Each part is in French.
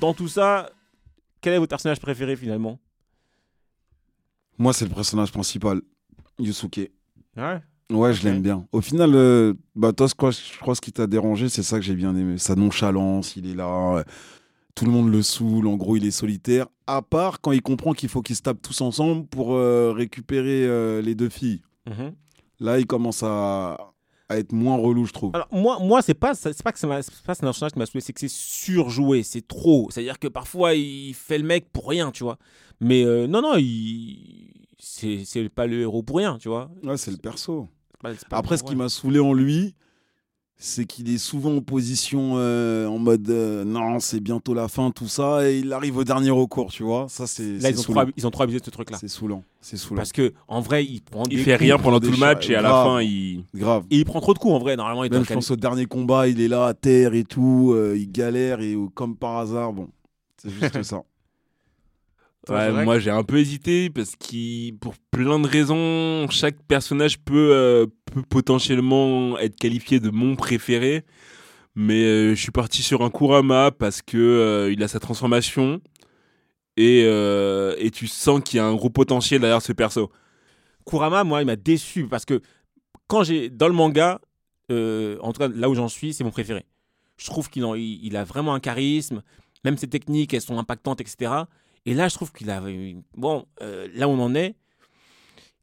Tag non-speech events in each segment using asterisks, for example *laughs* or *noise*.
Dans tout ça, quel est votre personnage préféré finalement Moi, c'est le personnage principal, Yusuke. Ouais. Ouais, je Ok. l'aime bien. Au final, euh, bah, toi, je crois, je crois ce qui t'a dérangé, c'est ça que j'ai bien aimé. Sa nonchalance, il est là. euh, Tout le monde le saoule. En gros, il est solitaire. À part quand il comprend qu'il faut qu'ils se tapent tous ensemble pour euh, récupérer euh, les deux filles. Mhm. Là, il commence à, à être moins relou, je trouve. Alors moi, moi c'est pas, c'est pas que ça m'a- c'est pas que c'est un personnage qui m'a saoulé, c'est que c'est surjoué, c'est trop. C'est-à-dire que parfois il fait le mec pour rien, tu vois. Mais euh, non, non, il c'est c'est pas le héros pour rien, tu vois. Ouais, c'est le perso. C'est pas- c'est pas Après, le ce héros, qui ouais. m'a saoulé en lui, c'est qu'il est souvent en position euh, en mode euh, non, c'est bientôt la fin, tout ça, et il arrive au dernier recours, tu vois. Ça, c'est là c'est ils ont saoulant. trois, ils ont trop abusé de ce truc-là. C'est saoulant. C'est saoulant. Parce que en vrai, il prend Il des fait coups. rien pendant tout le des match chats, et à la grave. fin, il. Grave. Et il prend trop de coups en vrai. Normalement, il doit Même je calmer. pense au dernier combat, il est là à terre et tout, euh, il galère et euh, comme par hasard, bon, c'est *laughs* juste ça. Toi, Ouais, Jacques moi j'ai un peu hésité parce qu'il, pour plein de raisons, chaque personnage peut, euh, peut potentiellement être qualifié de mon préféré. Mais euh, je suis parti sur un Kurama parce que euh, il a sa transformation et, euh, et tu sens qu'il y a un gros potentiel derrière ce perso. Kurama, moi, il m'a déçu parce que quand j'ai dans le manga, euh, en tout cas là où j'en suis, c'est mon préféré. Je trouve qu'il en- il, il a vraiment un charisme, même ses techniques, elles sont impactantes, etc. Et là, je trouve qu'il a bon, euh, là où on en est,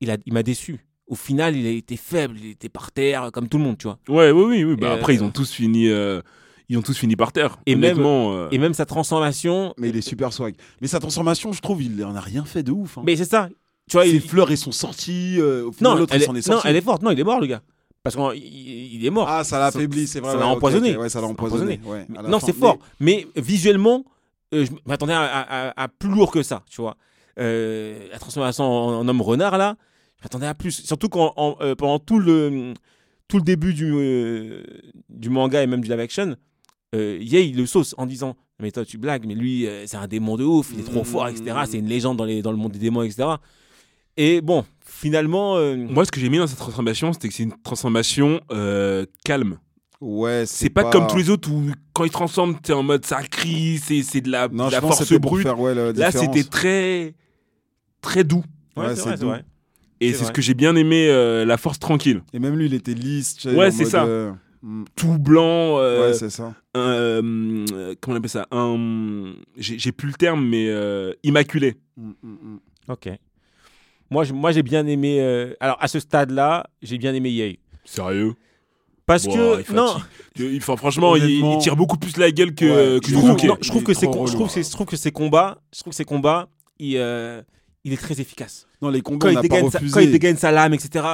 il a, il m'a déçu. Au final, il a été faible, il était par terre comme tout le monde, tu vois. Ouais, oui, oui, oui. Bah, Et, après, euh, ils ont tous fini, euh, ils ont tous fini par terre. Et même- Honnêtement, euh, Et même sa transformation, Mais il est super swag. Mais sa transformation, je trouve, il en a rien fait de ouf. hein. mais c'est ça, tu vois. Ses il- fleurs, elles sont sorties. euh, au final, non, l'autre, elle il est, s'en est non, sorti. elle est forte. Non, il est mort, le gars, parce qu'il *laughs* est mort. Ah, ça l'a affaibli, c'est vrai. ça l'a ouais, ok, ok, empoisonné. ouais, ça l'a Ça l'a empoisonné. ouais, à la non, fin. c'est Mais- fort. Mais visuellement, euh, je m'attendais à, à- à- à plus lourd que ça, tu vois. Euh, la transformation en, en homme renard, là, je m'attendais à plus. Surtout quand, en- euh, pendant tout le, tout le début du, euh, du manga et même du live action, euh, Yei le sauce en disant Mais toi, tu blagues, mais lui, euh, c'est un démon de ouf, il est trop fort, etc. C'est une légende dans, les, dans le monde des démons, etc. Et bon, finalement. euh, moi, ce que j'ai mis dans cette transformation, c'était que c'est une transformation euh, calme. Ouais, C'est pas, comme tous les autres où quand ils transforment, t'es en mode ça crie, c'est, c'est de la, Non, de je la pense que force c'était pour brute. faire, ouais, la Là, différence. c'était très, très doux. ouais, ouais, c'est c'est vrai, c'est doux. vrai. Et C'est c'est, vrai. ce que j'ai bien aimé, euh, la force tranquille. Et même lui, il était lisse. tu sais, Ouais, en c'est mode, ça. euh, mm, Tout blanc, euh, Ouais, c'est ça. un, euh, comment on appelle ça un, j'ai, j'ai plus le terme, mais euh, immaculé. Mm, mm, mm. Ok. Moi, je- moi j'ai bien aimé. euh, alors, à ce stade-là, j'ai bien aimé Yei. Sérieux Parce Ouah, il que. fatigue. Non, Il- Enfin, franchement, il, il Honnêtement. tire beaucoup plus la gueule que, Ouais, euh, que je il est trouve, Yusuke. relou. non, je trouve Il est que ces trop com- je relou. trouve que- je trouve que ces combats, je trouve que ces combats, il, euh, il est très efficace. Non, les combats, Quand on il, n'a pas dégaine sa, quand refusé. il dégaine sa lame, etc.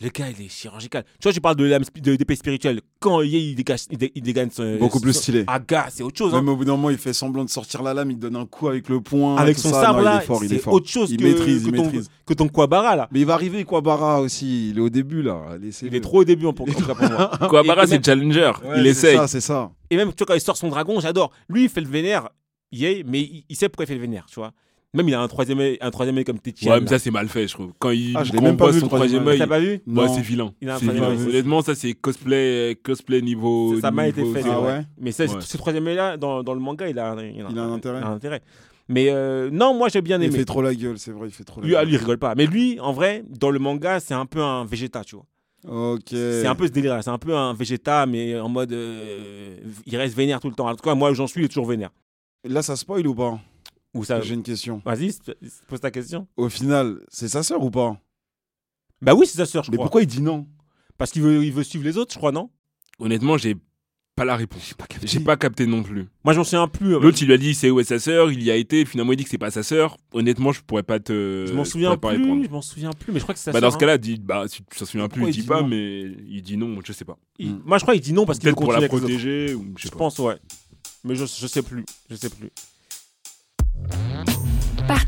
Le gars, il est chirurgical. Tu vois, je parle de l'âme spi- de- d'épée spirituelle. Quand Yei, il, dégage- il, dé- il dégaine son. Beaucoup plus son- stylé. Ah, gars, c'est autre chose. hein. Même au bout d'un moment, il fait semblant de sortir la lame, il donne un coup avec le poing. Avec tout son ça. sabre, Non, là, il est fort, il est c'est fort. autre chose Il que, maîtrise, que il ton, maîtrise. que ton Kwabara, là. Mais il va arriver, Quabara aussi. Il est au début, là. Laissez-le. Il est trop au début, en, pour- en tout cas pour moi. Quoi, Barra, Et- et c'est même- le challenger. Ouais, il c'est essaye. ça, c'est ça. Et même, tu vois, quand il sort son dragon, j'adore. Lui, il fait le vénère, yeah, mais il, il sait pourquoi il fait le vénère, tu vois. Même il a un troisième œil, un troisième œil comme Tétian. Ouais, mais ça, c'est mal fait, je trouve. Quand il Ah, je l'ai quand même on pas voit vu, son le troisième troisième œil. œil, t'as pas vu Ouais, Non. c'est vilain. Il a un C'est problème vilain. avec- Honnêtement, ça c'est cosplay, cosplay niveau. Ça, ça m'a été niveau fait. zéro. c'est Ah vrai. ouais Mais ça, Ouais. ce troisième œil-là, dans, dans le manga, il a un, Il a un intérêt. il a Mais euh, non, moi, j'ai bien Il aimé. fait trop la gueule, c'est vrai, il fait trop la Lui, ah, gueule. lui, il rigole pas. Mais lui, en vrai, dans le manga, c'est un peu un Vegeta, tu vois. Ok. C'est un peu ce délire-là. C'est un peu un Vegeta, mais en mode. euh, il reste vénère tout le temps. En tout cas, moi, où j'en suis, il est toujours vénère. Là, ça spoil ou pas Ou ça. J'ai une question. Vas-y, sp- pose ta question. Au final, c'est sa sœur ou pas Bah oui, c'est sa sœur, je Mais crois. pourquoi il dit non Parce qu'il veut, il veut suivre les autres, je crois, non Honnêtement, j'ai pas la réponse. Bah, J'ai pas capté non plus. Moi, je m'en souviens plus. L'autre, il lui a dit c'est où est sa sœur, il y a été, finalement il dit que c'est pas sa sœur. Honnêtement, je pourrais pas te. Je m'en souviens pourrais pas plus. répondre. Je m'en souviens plus, mais je crois que c'est ça. Bah, dans ce cas-là, dit bah si tu t'en souviens plus, hein. Pourquoi il il dit dit pas, non mais il dit non, je sais pas. Mm. moi, je crois qu'il dit non parce qu'il veut Peut-être pour continuer avec la les autres. protéger ou Je je sais pas. pense, ouais. Mais je, je sais plus. Je sais plus.